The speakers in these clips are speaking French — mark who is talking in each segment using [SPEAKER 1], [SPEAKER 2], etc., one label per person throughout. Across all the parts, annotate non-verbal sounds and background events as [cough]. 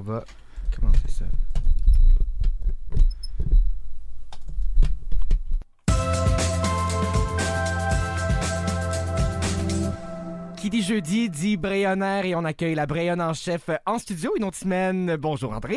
[SPEAKER 1] va commencer ça.
[SPEAKER 2] Qui dit jeudi dit Brayonnaire et on accueille la Brayonne en chef en studio une autre semaine. Bonjour Andrea.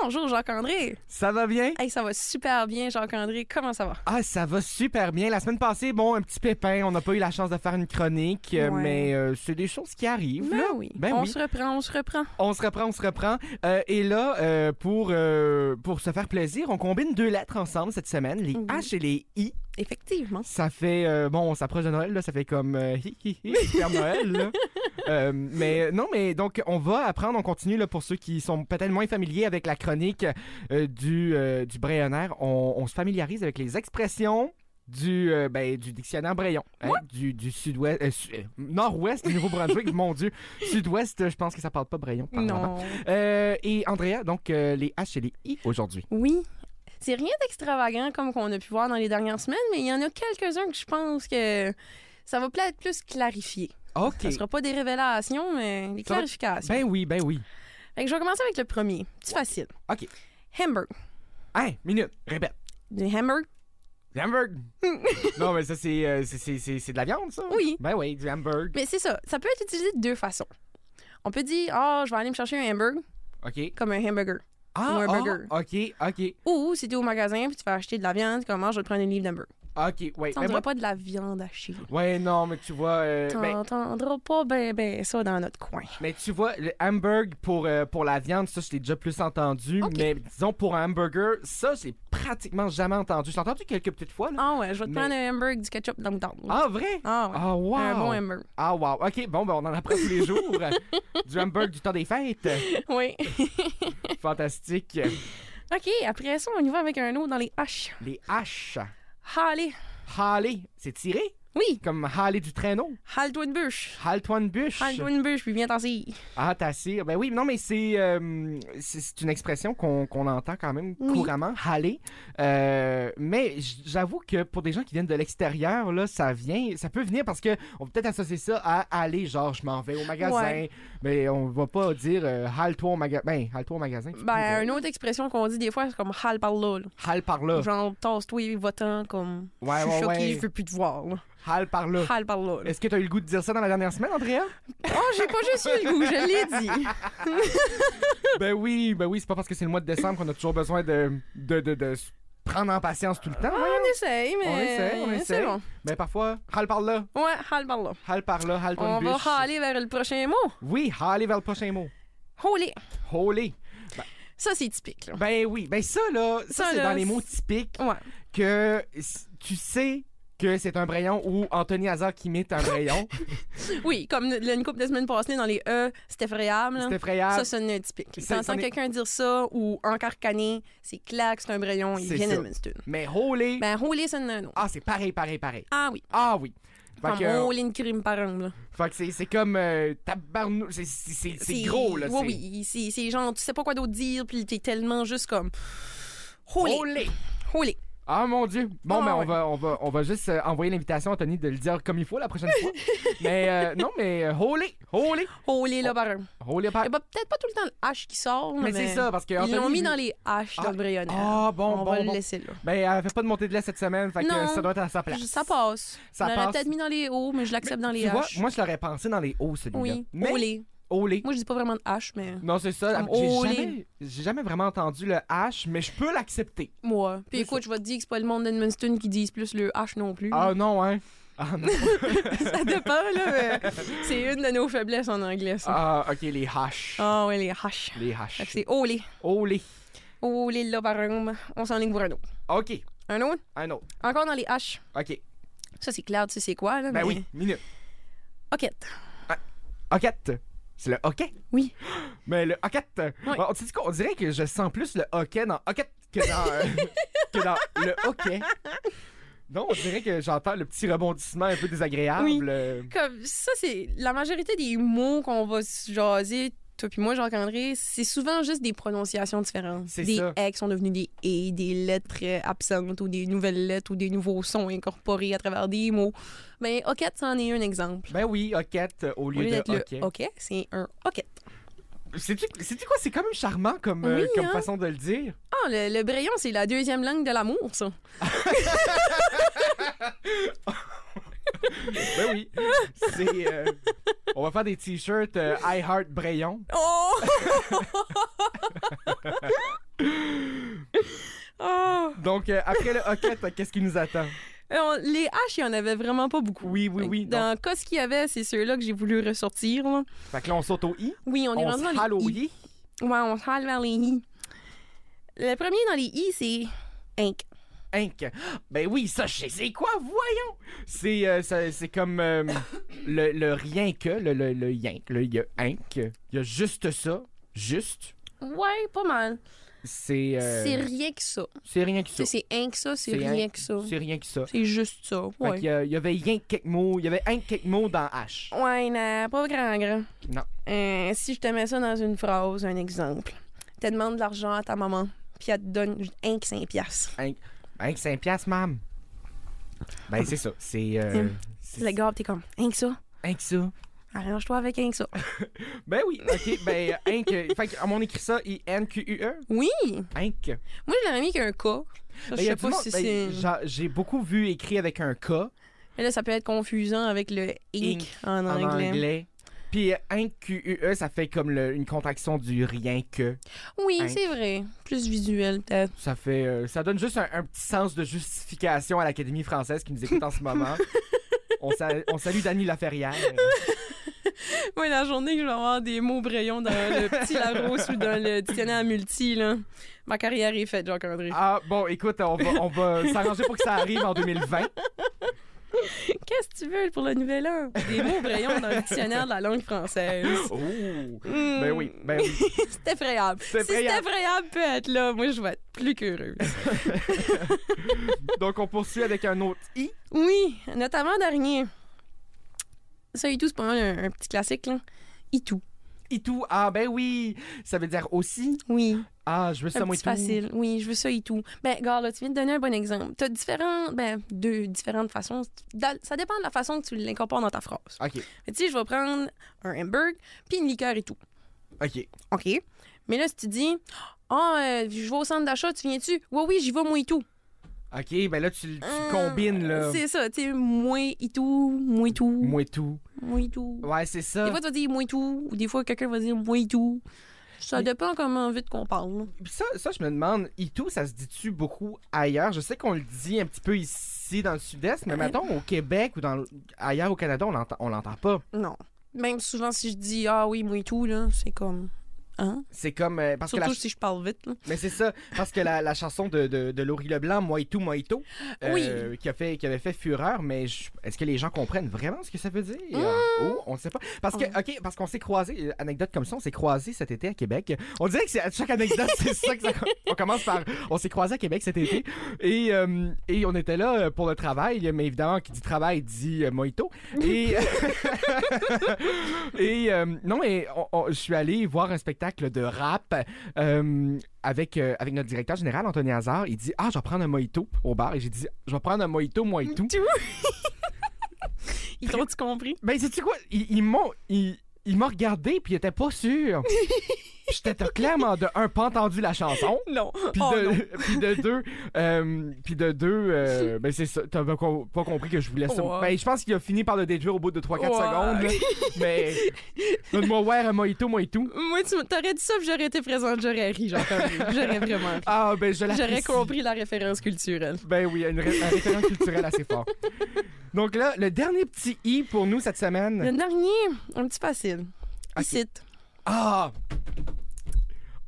[SPEAKER 3] Bonjour Jacques-André.
[SPEAKER 2] Ça va bien?
[SPEAKER 3] Hey, ça va super bien Jacques-André. Comment ça va?
[SPEAKER 2] Ah, ça va super bien. La semaine passée, bon, un petit pépin. On n'a pas eu la chance de faire une chronique, euh,
[SPEAKER 3] Ouais.
[SPEAKER 2] mais euh, c'est des choses qui arrivent.
[SPEAKER 3] Ben
[SPEAKER 2] là.
[SPEAKER 3] oui.
[SPEAKER 2] Ben
[SPEAKER 3] on
[SPEAKER 2] oui.
[SPEAKER 3] se reprend, on se reprend.
[SPEAKER 2] On se reprend, on se reprend. Euh, et là, euh, pour, euh, pour se faire plaisir, on combine deux lettres ensemble cette semaine, les
[SPEAKER 3] Oui.
[SPEAKER 2] H et les I.
[SPEAKER 3] Effectivement.
[SPEAKER 2] Ça fait, euh, bon, on s'approche de Noël, là, ça fait comme euh, hi hi hi, Père Noël.
[SPEAKER 3] [laughs]
[SPEAKER 2] là. Euh, mais non, mais donc on va apprendre, on continue là pour ceux qui sont peut-être moins familiers avec la chronique euh, du euh, du Brayonnaire. On, on se familiarise avec les expressions du euh, ben, du dictionnaire Brayon, hein, du, du sud-ouest, euh, su- euh, nord-ouest du
[SPEAKER 3] [laughs]
[SPEAKER 2] Nouveau-Brunswick, mon Dieu, sud-ouest, euh, je pense que ça parle pas Brayon. pardon.
[SPEAKER 3] Non.
[SPEAKER 2] Euh, et Andrea, donc euh, les H et les I aujourd'hui.
[SPEAKER 3] Oui. C'est rien d'extravagant comme qu'on a pu voir dans les dernières semaines, mais il y en a quelques-uns que je pense que ça va peut-être plus clarifier.
[SPEAKER 2] Ok.
[SPEAKER 3] Ça sera pas des révélations, mais des
[SPEAKER 2] Ça va-
[SPEAKER 3] clarifications.
[SPEAKER 2] Ben oui, ben oui.
[SPEAKER 3] Fait que je vais commencer avec le premier. C'est facile.
[SPEAKER 2] OK.
[SPEAKER 3] Hamburg.
[SPEAKER 2] Hein, minute, répète.
[SPEAKER 3] Du hamburg?
[SPEAKER 2] Du
[SPEAKER 3] [laughs]
[SPEAKER 2] hamburg. non, mais ça, c'est, euh, c'est, c'est, c'est, c'est de la viande, ça?
[SPEAKER 3] Oui.
[SPEAKER 2] Ben oui, du hamburg.
[SPEAKER 3] Mais c'est ça. Ça peut être utilisé de deux façons. On peut dire, ah, je vais aller me chercher un hamburg,
[SPEAKER 2] OK.
[SPEAKER 3] comme un hamburger.
[SPEAKER 2] Ah,
[SPEAKER 3] Ou un
[SPEAKER 2] ah,
[SPEAKER 3] burger.
[SPEAKER 2] OK, OK,
[SPEAKER 3] Ou si t'es au magasin puis tu vas acheter de la viande, comment je vais te prendre un livre d'hamburg.
[SPEAKER 2] OK. Ouais, mais
[SPEAKER 3] T'entendras
[SPEAKER 2] moi-
[SPEAKER 3] pas de la viande à chier.
[SPEAKER 2] ouais, non, mais tu vois... euh, ben,
[SPEAKER 3] T'entendras pas ben ben ça dans notre coin.
[SPEAKER 2] mais tu vois, le hamburg pour, euh, pour la viande, ça, je l'ai déjà plus entendu.
[SPEAKER 3] OK.
[SPEAKER 2] Mais disons, pour un hamburger, ça, j'ai pratiquement jamais entendu. Je l'ai entendu quelques petites fois, là.
[SPEAKER 3] Ah ouais, je vais te
[SPEAKER 2] Mais-
[SPEAKER 3] prendre un hamburg du ketchup dans le temps.
[SPEAKER 2] Ah, vrai?
[SPEAKER 3] Ah ouais.
[SPEAKER 2] Ah, wow!
[SPEAKER 3] Un bon [laughs] hamburg.
[SPEAKER 2] Ah, wow. OK, bon, ben, on en apprend tous les
[SPEAKER 3] [laughs]
[SPEAKER 2] jours. du hamburg du temps des fêtes.
[SPEAKER 3] Oui.
[SPEAKER 2] Fantastique.
[SPEAKER 3] [laughs] OK, après ça, on y va avec un autre dans les haches.
[SPEAKER 2] Les haches.
[SPEAKER 3] Allez.
[SPEAKER 2] Haler, c'est tiré?
[SPEAKER 3] Oui.
[SPEAKER 2] Comme haler du traîneau.
[SPEAKER 3] Hale-toi une bûche.
[SPEAKER 2] Hale-toi une bûche.
[SPEAKER 3] Hale-toi une bûche, puis viens t'en saisir.
[SPEAKER 2] Ah, t'as assez. Ben oui, non, mais c'est euh, c'est c'est une expression qu'on qu'on entend quand même
[SPEAKER 3] Oui.
[SPEAKER 2] couramment, haler. Euh, mais j- j'avoue que pour des gens qui viennent de l'extérieur, là, ça vient, ça peut venir parce que on peut peut-être associer ça à aller, genre, je m'en vais au magasin.
[SPEAKER 3] Ouais.
[SPEAKER 2] Mais on va pas dire euh, hale-toi au magasin. Ben, hale-toi au magasin. c'est
[SPEAKER 3] Ben,
[SPEAKER 2] tout,
[SPEAKER 3] une autre expression qu'on dit des fois, c'est comme hale par là. là.
[SPEAKER 2] euh, Hale par là.
[SPEAKER 3] Genre, tasse-toi, va-t'en, comme.
[SPEAKER 2] Ouais,
[SPEAKER 3] je suis
[SPEAKER 2] ouais,
[SPEAKER 3] choquée,
[SPEAKER 2] ouais.
[SPEAKER 3] je veux plus te voir. là.
[SPEAKER 2] Hale par là.
[SPEAKER 3] Hale par là. [laughs] là.
[SPEAKER 2] Est-ce que t'as eu le goût de dire ça dans la dernière semaine, Andrea?
[SPEAKER 3] Oh, j'ai pas juste eu le goût, je l'ai dit.
[SPEAKER 2] [laughs] Ben oui, ben oui, c'est pas parce que c'est le mois de décembre qu'on a toujours besoin de, de, de, de se prendre en patience tout le temps. voyons.
[SPEAKER 3] Ah, On essaye, mais.
[SPEAKER 2] On essaie, on
[SPEAKER 3] C'est
[SPEAKER 2] essaie.
[SPEAKER 3] bon.
[SPEAKER 2] Mais parfois, hale par là,
[SPEAKER 3] Ouais, hale par là.
[SPEAKER 2] hale par là, hale par
[SPEAKER 3] On
[SPEAKER 2] une
[SPEAKER 3] va
[SPEAKER 2] bûche.
[SPEAKER 3] aller vers le prochain mot.
[SPEAKER 2] Oui, hale vers le prochain mot.
[SPEAKER 3] Holé.
[SPEAKER 2] Holy.
[SPEAKER 3] Ça, c'est typique, là.
[SPEAKER 2] Ben oui, ben ça là, ça,
[SPEAKER 3] Ça,
[SPEAKER 2] c'est
[SPEAKER 3] là,
[SPEAKER 2] dans les mots
[SPEAKER 3] c'est-
[SPEAKER 2] typiques
[SPEAKER 3] Ouais.
[SPEAKER 2] que s- tu sais que c'est un brayon ou Anthony Hazard qui imite un brayon.
[SPEAKER 3] [laughs] Oui, comme le- une couple de semaines passées dans les E, c'était effrayable.
[SPEAKER 2] c'est
[SPEAKER 3] là.
[SPEAKER 2] effrayable.
[SPEAKER 3] Ça, c'est un typique.
[SPEAKER 2] C'est- c'en
[SPEAKER 3] T'entends
[SPEAKER 2] est-
[SPEAKER 3] quelqu'un dire ça ou encarcaner, c'est claque, c'est un brayon, il
[SPEAKER 2] C'est
[SPEAKER 3] vient
[SPEAKER 2] ça.
[SPEAKER 3] d'Edmundston.
[SPEAKER 2] Mais holy.
[SPEAKER 3] Ben, holé, c'est un autre.
[SPEAKER 2] Ah, c'est pareil, pareil, pareil.
[SPEAKER 3] Ah oui.
[SPEAKER 2] Ah oui. Fait
[SPEAKER 3] Comme
[SPEAKER 2] que,
[SPEAKER 3] holé une crime par an, là.
[SPEAKER 2] fait que c'est, c'est comme euh, tabarnou- c'est, c'est- c'est- c'est gros là.
[SPEAKER 3] Oui,
[SPEAKER 2] c'est-
[SPEAKER 3] oui. C'est c'est genre, tu sais pas quoi d'autre dire, puis t'es tellement juste comme. Holé.
[SPEAKER 2] Holy.
[SPEAKER 3] Holé.
[SPEAKER 2] Ah mon dieu. Bon
[SPEAKER 3] Ah,
[SPEAKER 2] mais on
[SPEAKER 3] ouais.
[SPEAKER 2] va on va on va juste euh, envoyer l'invitation à Anthony de le dire comme il faut la
[SPEAKER 3] [laughs]
[SPEAKER 2] prochaine fois. mais euh, non mais euh, holy holy
[SPEAKER 3] Holé, là, par an.
[SPEAKER 2] holy par-
[SPEAKER 3] Il y a peut-être pas tout le temps le H qui sort,
[SPEAKER 2] Mais c'est ça parce que
[SPEAKER 3] Ils l'ont
[SPEAKER 2] Anthony,
[SPEAKER 3] mis
[SPEAKER 2] lui-
[SPEAKER 3] dans les haches
[SPEAKER 2] Ah.
[SPEAKER 3] dans le Brayonnais.
[SPEAKER 2] Ah bon
[SPEAKER 3] On
[SPEAKER 2] bon
[SPEAKER 3] va
[SPEAKER 2] bon.
[SPEAKER 3] le laisser là.
[SPEAKER 2] Ben elle fait pas de montée de lait cette semaine, fait que
[SPEAKER 3] Non.
[SPEAKER 2] ça doit être à sa place.
[SPEAKER 3] Je- Ça passe.
[SPEAKER 2] Ça
[SPEAKER 3] on
[SPEAKER 2] passe.
[SPEAKER 3] l'aurait peut-être mis dans les hauts, mais je l'accepte dans les
[SPEAKER 2] tu vois,
[SPEAKER 3] haches.
[SPEAKER 2] moi je l'aurais pensé dans les hauts celui-là.
[SPEAKER 3] oui,
[SPEAKER 2] Mais
[SPEAKER 3] Olé.
[SPEAKER 2] olé.
[SPEAKER 3] Moi, je dis pas vraiment de hache, mais
[SPEAKER 2] Non, c'est ça.
[SPEAKER 3] Comme
[SPEAKER 2] J'ai
[SPEAKER 3] olé.
[SPEAKER 2] jamais, j'ai jamais vraiment entendu le H, mais je peux l'accepter.
[SPEAKER 3] moi.
[SPEAKER 2] C'est
[SPEAKER 3] Puis écoute, je vais te dire que c'est pas le monde d'Edmundston qui disent plus le H non plus.
[SPEAKER 2] Ah non, hein. Ah, non.
[SPEAKER 3] ça dépend,
[SPEAKER 2] [laughs]
[SPEAKER 3] là, mais c'est une de nos faiblesses en anglais, ça.
[SPEAKER 2] Ah, ok, les haches.
[SPEAKER 3] Ah ouais, les haches.
[SPEAKER 2] Les
[SPEAKER 3] Fait que
[SPEAKER 2] haches.
[SPEAKER 3] c'est E. olé.
[SPEAKER 2] Olé.
[SPEAKER 3] Olé, E, là, par an. On s'enligne pour un autre.
[SPEAKER 2] Ok,
[SPEAKER 3] Un autre?
[SPEAKER 2] un autre.
[SPEAKER 3] Encore dans les haches.
[SPEAKER 2] Ok.
[SPEAKER 3] Ça, c'est clair, tu sais c'est quoi, là.
[SPEAKER 2] Ben
[SPEAKER 3] mais-
[SPEAKER 2] oui, minute.
[SPEAKER 3] Hoquette.
[SPEAKER 2] Hoquette. C'est le hockey.
[SPEAKER 3] Oui.
[SPEAKER 2] Mais le hoquette.
[SPEAKER 3] Oui.
[SPEAKER 2] On, tu sais quoi, on dirait que je sens plus le hockey dans hoquette que dans,
[SPEAKER 3] [laughs]
[SPEAKER 2] euh, que dans le hockey. Non, on dirait que j'entends le petit rebondissement un peu désagréable.
[SPEAKER 3] Oui.
[SPEAKER 2] euh,
[SPEAKER 3] Comme ça, c'est la majorité des mots qu'on va se jaser, toi puis moi, Jacques-André, c'est souvent juste des prononciations différentes.
[SPEAKER 2] C'est
[SPEAKER 3] des
[SPEAKER 2] ça.
[SPEAKER 3] ex sont devenus des et, des lettres euh, absentes ou des nouvelles lettres ou des nouveaux sons incorporés à travers des mots. Mais hoquette, c'en est un exemple.
[SPEAKER 2] Ben oui, hoquette euh, au
[SPEAKER 3] Au
[SPEAKER 2] lieu
[SPEAKER 3] lieu
[SPEAKER 2] de
[SPEAKER 3] d'être le
[SPEAKER 2] hockey.
[SPEAKER 3] hoquet, c'est un hoquette.
[SPEAKER 2] C'est-tu c'est-tu quoi? C'est quand même charmant comme, euh,
[SPEAKER 3] Oui,
[SPEAKER 2] comme
[SPEAKER 3] hein?
[SPEAKER 2] façon de le dire.
[SPEAKER 3] Ah, le, le brayon, c'est la deuxième langue de l'amour, ça.
[SPEAKER 2] Ben oui. C'est, euh, on va faire des t-shirts euh, I Heart Brayon. [laughs]
[SPEAKER 3] [laughs] Oh! Oh!
[SPEAKER 2] Donc, euh, après le hockey, qu'est-ce qui nous attend?
[SPEAKER 3] Et Euh, on- les haches, il y en avait vraiment pas beaucoup.
[SPEAKER 2] Oui, oui,
[SPEAKER 3] Fait que
[SPEAKER 2] oui.
[SPEAKER 3] Dans le cas, ce qu'il y avait, c'est ceux-là que j'ai voulu ressortir. là.
[SPEAKER 2] Fait que là, on saute au I.
[SPEAKER 3] Oui, on est
[SPEAKER 2] on
[SPEAKER 3] rendu
[SPEAKER 2] se
[SPEAKER 3] dans
[SPEAKER 2] râle
[SPEAKER 3] les
[SPEAKER 2] au
[SPEAKER 3] i.
[SPEAKER 2] I.
[SPEAKER 3] Ouais, on se râle vers les i. Le premier dans les i, c'est Inc.
[SPEAKER 2] Inc. Ben oui, ça, je sais c'est quoi, voyons! C'est, euh, ça- c'est comme euh, le, le rien que, le, le, le yank, le y a inc. Il y a juste ça, juste.
[SPEAKER 3] Ouais, pas mal.
[SPEAKER 2] C'est, euh,
[SPEAKER 3] C'est rien que ça.
[SPEAKER 2] c'est rien que ça.
[SPEAKER 3] C'est- C'est Inc ça, c'est
[SPEAKER 2] C'est
[SPEAKER 3] rien
[SPEAKER 2] inc.
[SPEAKER 3] que ça.
[SPEAKER 2] C'est rien que ça.
[SPEAKER 3] C'est juste ça.
[SPEAKER 2] Fait
[SPEAKER 3] Ouais.
[SPEAKER 2] qu'il y a- il y avait yank quelques mots, il y avait inc quelques mots dans H.
[SPEAKER 3] Ouais, non, pas grand, grand.
[SPEAKER 2] Non.
[SPEAKER 3] Euh, si je te mets ça dans une phrase, un exemple. Tu te demandes de l'argent à ta maman, puis elle te donne un que 5 piastres.
[SPEAKER 2] Inc 5 piastres, mam. Ben c'est ça, c'est... euh,
[SPEAKER 3] Hum. Tu
[SPEAKER 2] c'est
[SPEAKER 3] la gardes, t'es comme, un que ça,
[SPEAKER 2] inc ça.
[SPEAKER 3] arrange-toi avec un que ça.
[SPEAKER 2] Ben oui, ok, ben euh, inc. euh, Fait qu'on écrit ça I-N-Q-U-E,
[SPEAKER 3] Oui!
[SPEAKER 2] E. inc.
[SPEAKER 3] Moi, je l'avais mis qu'un cas. Ça,
[SPEAKER 2] Ben,
[SPEAKER 3] je
[SPEAKER 2] il y a
[SPEAKER 3] sais
[SPEAKER 2] du
[SPEAKER 3] pas
[SPEAKER 2] monde-
[SPEAKER 3] si
[SPEAKER 2] ben,
[SPEAKER 3] c'est.
[SPEAKER 2] j'a- J'ai beaucoup vu écrit avec un K.
[SPEAKER 3] Mais là, ça peut être confusant avec le ink,
[SPEAKER 2] Ink
[SPEAKER 3] en,
[SPEAKER 2] en
[SPEAKER 3] anglais.
[SPEAKER 2] anglais. Puis euh, INQUE, ça fait comme le- une contraction du rien que.
[SPEAKER 3] Oui,
[SPEAKER 2] Ink.
[SPEAKER 3] c'est vrai. Plus visuel, peut-être.
[SPEAKER 2] Ça fait, euh, ça donne juste un, un petit sens de justification à l'Académie française qui nous écoute en ce
[SPEAKER 3] [laughs]
[SPEAKER 2] moment. On, sa- on salue Dany Laferrière.
[SPEAKER 3] Oui, la journée que je vais avoir des mots brayons dans [laughs] le petit Larousse ou dans le dictionnaire multi, là. Ma carrière est faite, Jacques-André.
[SPEAKER 2] Ah bon, écoute, on va, on va s'arranger pour que ça arrive en 2020.
[SPEAKER 3] Qu'est-ce que tu veux pour le nouvel an? Des mots brayons dans le dictionnaire de la langue française.
[SPEAKER 2] Oh.
[SPEAKER 3] Hmm.
[SPEAKER 2] Ben oui, ben oui.
[SPEAKER 3] c'est effrayable.
[SPEAKER 2] C'est
[SPEAKER 3] Si
[SPEAKER 2] effrayable.
[SPEAKER 3] c'est effrayable peut être là, moi, je vais être plus qu'heureuse.
[SPEAKER 2] Donc on poursuit avec un autre I.
[SPEAKER 3] Oui, notamment dernier. Ça, et tout, c'est pas mal un, un petit classique, là. Itou.
[SPEAKER 2] Itou. Ah ben oui, ça veut dire aussi.
[SPEAKER 3] Oui,
[SPEAKER 2] Ah, je veux ça
[SPEAKER 3] un
[SPEAKER 2] moi
[SPEAKER 3] petit
[SPEAKER 2] tout.
[SPEAKER 3] facile. Oui, je veux ça et tout. Ben, regarde, là, tu viens de donner un bon exemple. T'as différents, ben, deux différentes façons. Dans- ça dépend de la façon que tu l'incorpores dans ta phrase.
[SPEAKER 2] Ok,
[SPEAKER 3] Mais tu sais, je vais prendre un hamburger puis une liqueur et tout.
[SPEAKER 2] ok.
[SPEAKER 3] OK. Mais là, si tu dis, ah, euh, je vais au centre d'achat, tu viens-tu? Oui, oui, j'y vais, moi et tout.
[SPEAKER 2] Ok, ben là tu, tu
[SPEAKER 3] Hum,
[SPEAKER 2] combines là.
[SPEAKER 3] C'est ça, tu sais, moi et tout, moi et tout,
[SPEAKER 2] Moi tout.
[SPEAKER 3] moi et tout.
[SPEAKER 2] Ouais, c'est ça.
[SPEAKER 3] Des fois, tu vas dire moi et tout, ou des fois, quelqu'un va dire moi et tout. Ça
[SPEAKER 2] Mais-
[SPEAKER 3] dépend comment vite qu'on parle.
[SPEAKER 2] Puis ça, ça, je me demande, Itou, ça se dit-tu beaucoup ailleurs? Je sais qu'on le dit un petit peu ici dans le sud-est,
[SPEAKER 3] Euh,
[SPEAKER 2] mais mettons au Québec ou dans, le- ailleurs au Canada, on l'entend, on l'entend pas.
[SPEAKER 3] Non. Même souvent, si je dis ah oui, moi et tout, là, c'est comme. Hein?
[SPEAKER 2] C'est comme. euh, parce que
[SPEAKER 3] Surtout
[SPEAKER 2] la,
[SPEAKER 3] si je parle vite.
[SPEAKER 2] [laughs]
[SPEAKER 3] Là.
[SPEAKER 2] mais c'est ça, parce que la, la chanson de, de, de Laurie Leblanc, Moi et tout, moi et tout, euh, qui, a fait, qui avait fait fureur, mais je- est-ce que les gens comprennent vraiment ce que ça veut dire? Oh, on ne sait pas. Parce que, OK, parce qu'on s'est croisés, euh, anecdote comme ça, on s'est croisés cet été à Québec. On dirait que c'est à chaque anecdote, c'est ça que ça. On commence par. On s'est croisés à Québec cet été et, euh, et on était là euh, pour le travail, mais évidemment, qui dit travail dit euh, mojito. Et. [laughs] et euh, non, mais on- on- je suis allé voir un spectacle de rap. euh, avec, euh, avec notre directeur général, Anthony Hazard, il dit Ah, je vais prendre un mojito au bar. Et j'ai dit Je vais prendre un mojito, moi et tout.
[SPEAKER 3] Ils t'ont-tu compris?
[SPEAKER 2] Ben, sais-tu quoi? Ils, ils m'ont ils, ils m'ont regardé, puis ils étaient pas
[SPEAKER 3] [laughs]
[SPEAKER 2] sûrs. J'étais t'as clairement, de un, pas entendu la chanson.
[SPEAKER 3] Non.
[SPEAKER 2] Puis
[SPEAKER 3] Oh, non.
[SPEAKER 2] de, [laughs] puis de deux, euh, puis de deux, euh, ben c'est ça, t'as pas com- pas compris que je voulais ça.
[SPEAKER 3] Ouais.
[SPEAKER 2] Ben, je pense qu'il a fini par le déduire au bout de 3-4 secondes.
[SPEAKER 3] Ouais.
[SPEAKER 2] là.
[SPEAKER 3] [laughs]
[SPEAKER 2] Mais, donne-moi ouais, un mojito, moi et tout.
[SPEAKER 3] Moi, tu m- t'aurais dit ça, puis j'aurais été présente, j'aurais
[SPEAKER 2] [laughs]
[SPEAKER 3] ri, Jacques-André. j'aurais vraiment ri.
[SPEAKER 2] Ah, ben, je
[SPEAKER 3] J'aurais
[SPEAKER 2] l'apprécie.
[SPEAKER 3] compris la référence culturelle.
[SPEAKER 2] Ben oui, une ré- un référent culturel assez fort. Donc là, le dernier petit i pour nous cette semaine.
[SPEAKER 3] Le dernier, un petit facile.
[SPEAKER 2] Ok.
[SPEAKER 3] Ici.
[SPEAKER 2] Ah!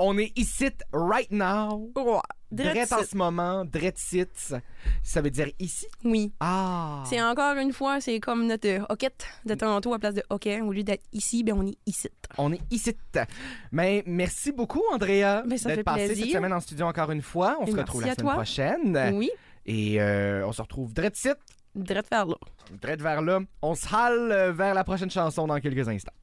[SPEAKER 2] On est ici, right now.
[SPEAKER 3] Ouais. Drette
[SPEAKER 2] Drette en
[SPEAKER 3] ici.
[SPEAKER 2] ce moment, Dretzitz, ça veut dire ici.
[SPEAKER 3] Oui.
[SPEAKER 2] Ah!
[SPEAKER 3] C'est encore une fois, c'est comme notre euh, hoquette de tantôt à place de hockey. Au lieu d'être ici, ben on est ici.
[SPEAKER 2] On est ici. Mais merci beaucoup, Andrea,
[SPEAKER 3] Mais Ben, ça
[SPEAKER 2] d'être
[SPEAKER 3] fait
[SPEAKER 2] passée
[SPEAKER 3] plaisir.
[SPEAKER 2] cette semaine en studio encore une fois. On
[SPEAKER 3] Et
[SPEAKER 2] se retrouve la
[SPEAKER 3] merci
[SPEAKER 2] semaine
[SPEAKER 3] à
[SPEAKER 2] prochaine.
[SPEAKER 3] Oui,
[SPEAKER 2] Et euh, on se retrouve Dretzitz,
[SPEAKER 3] drette vers là.
[SPEAKER 2] Drette vers là. On se hale euh, vers la prochaine chanson dans quelques instants.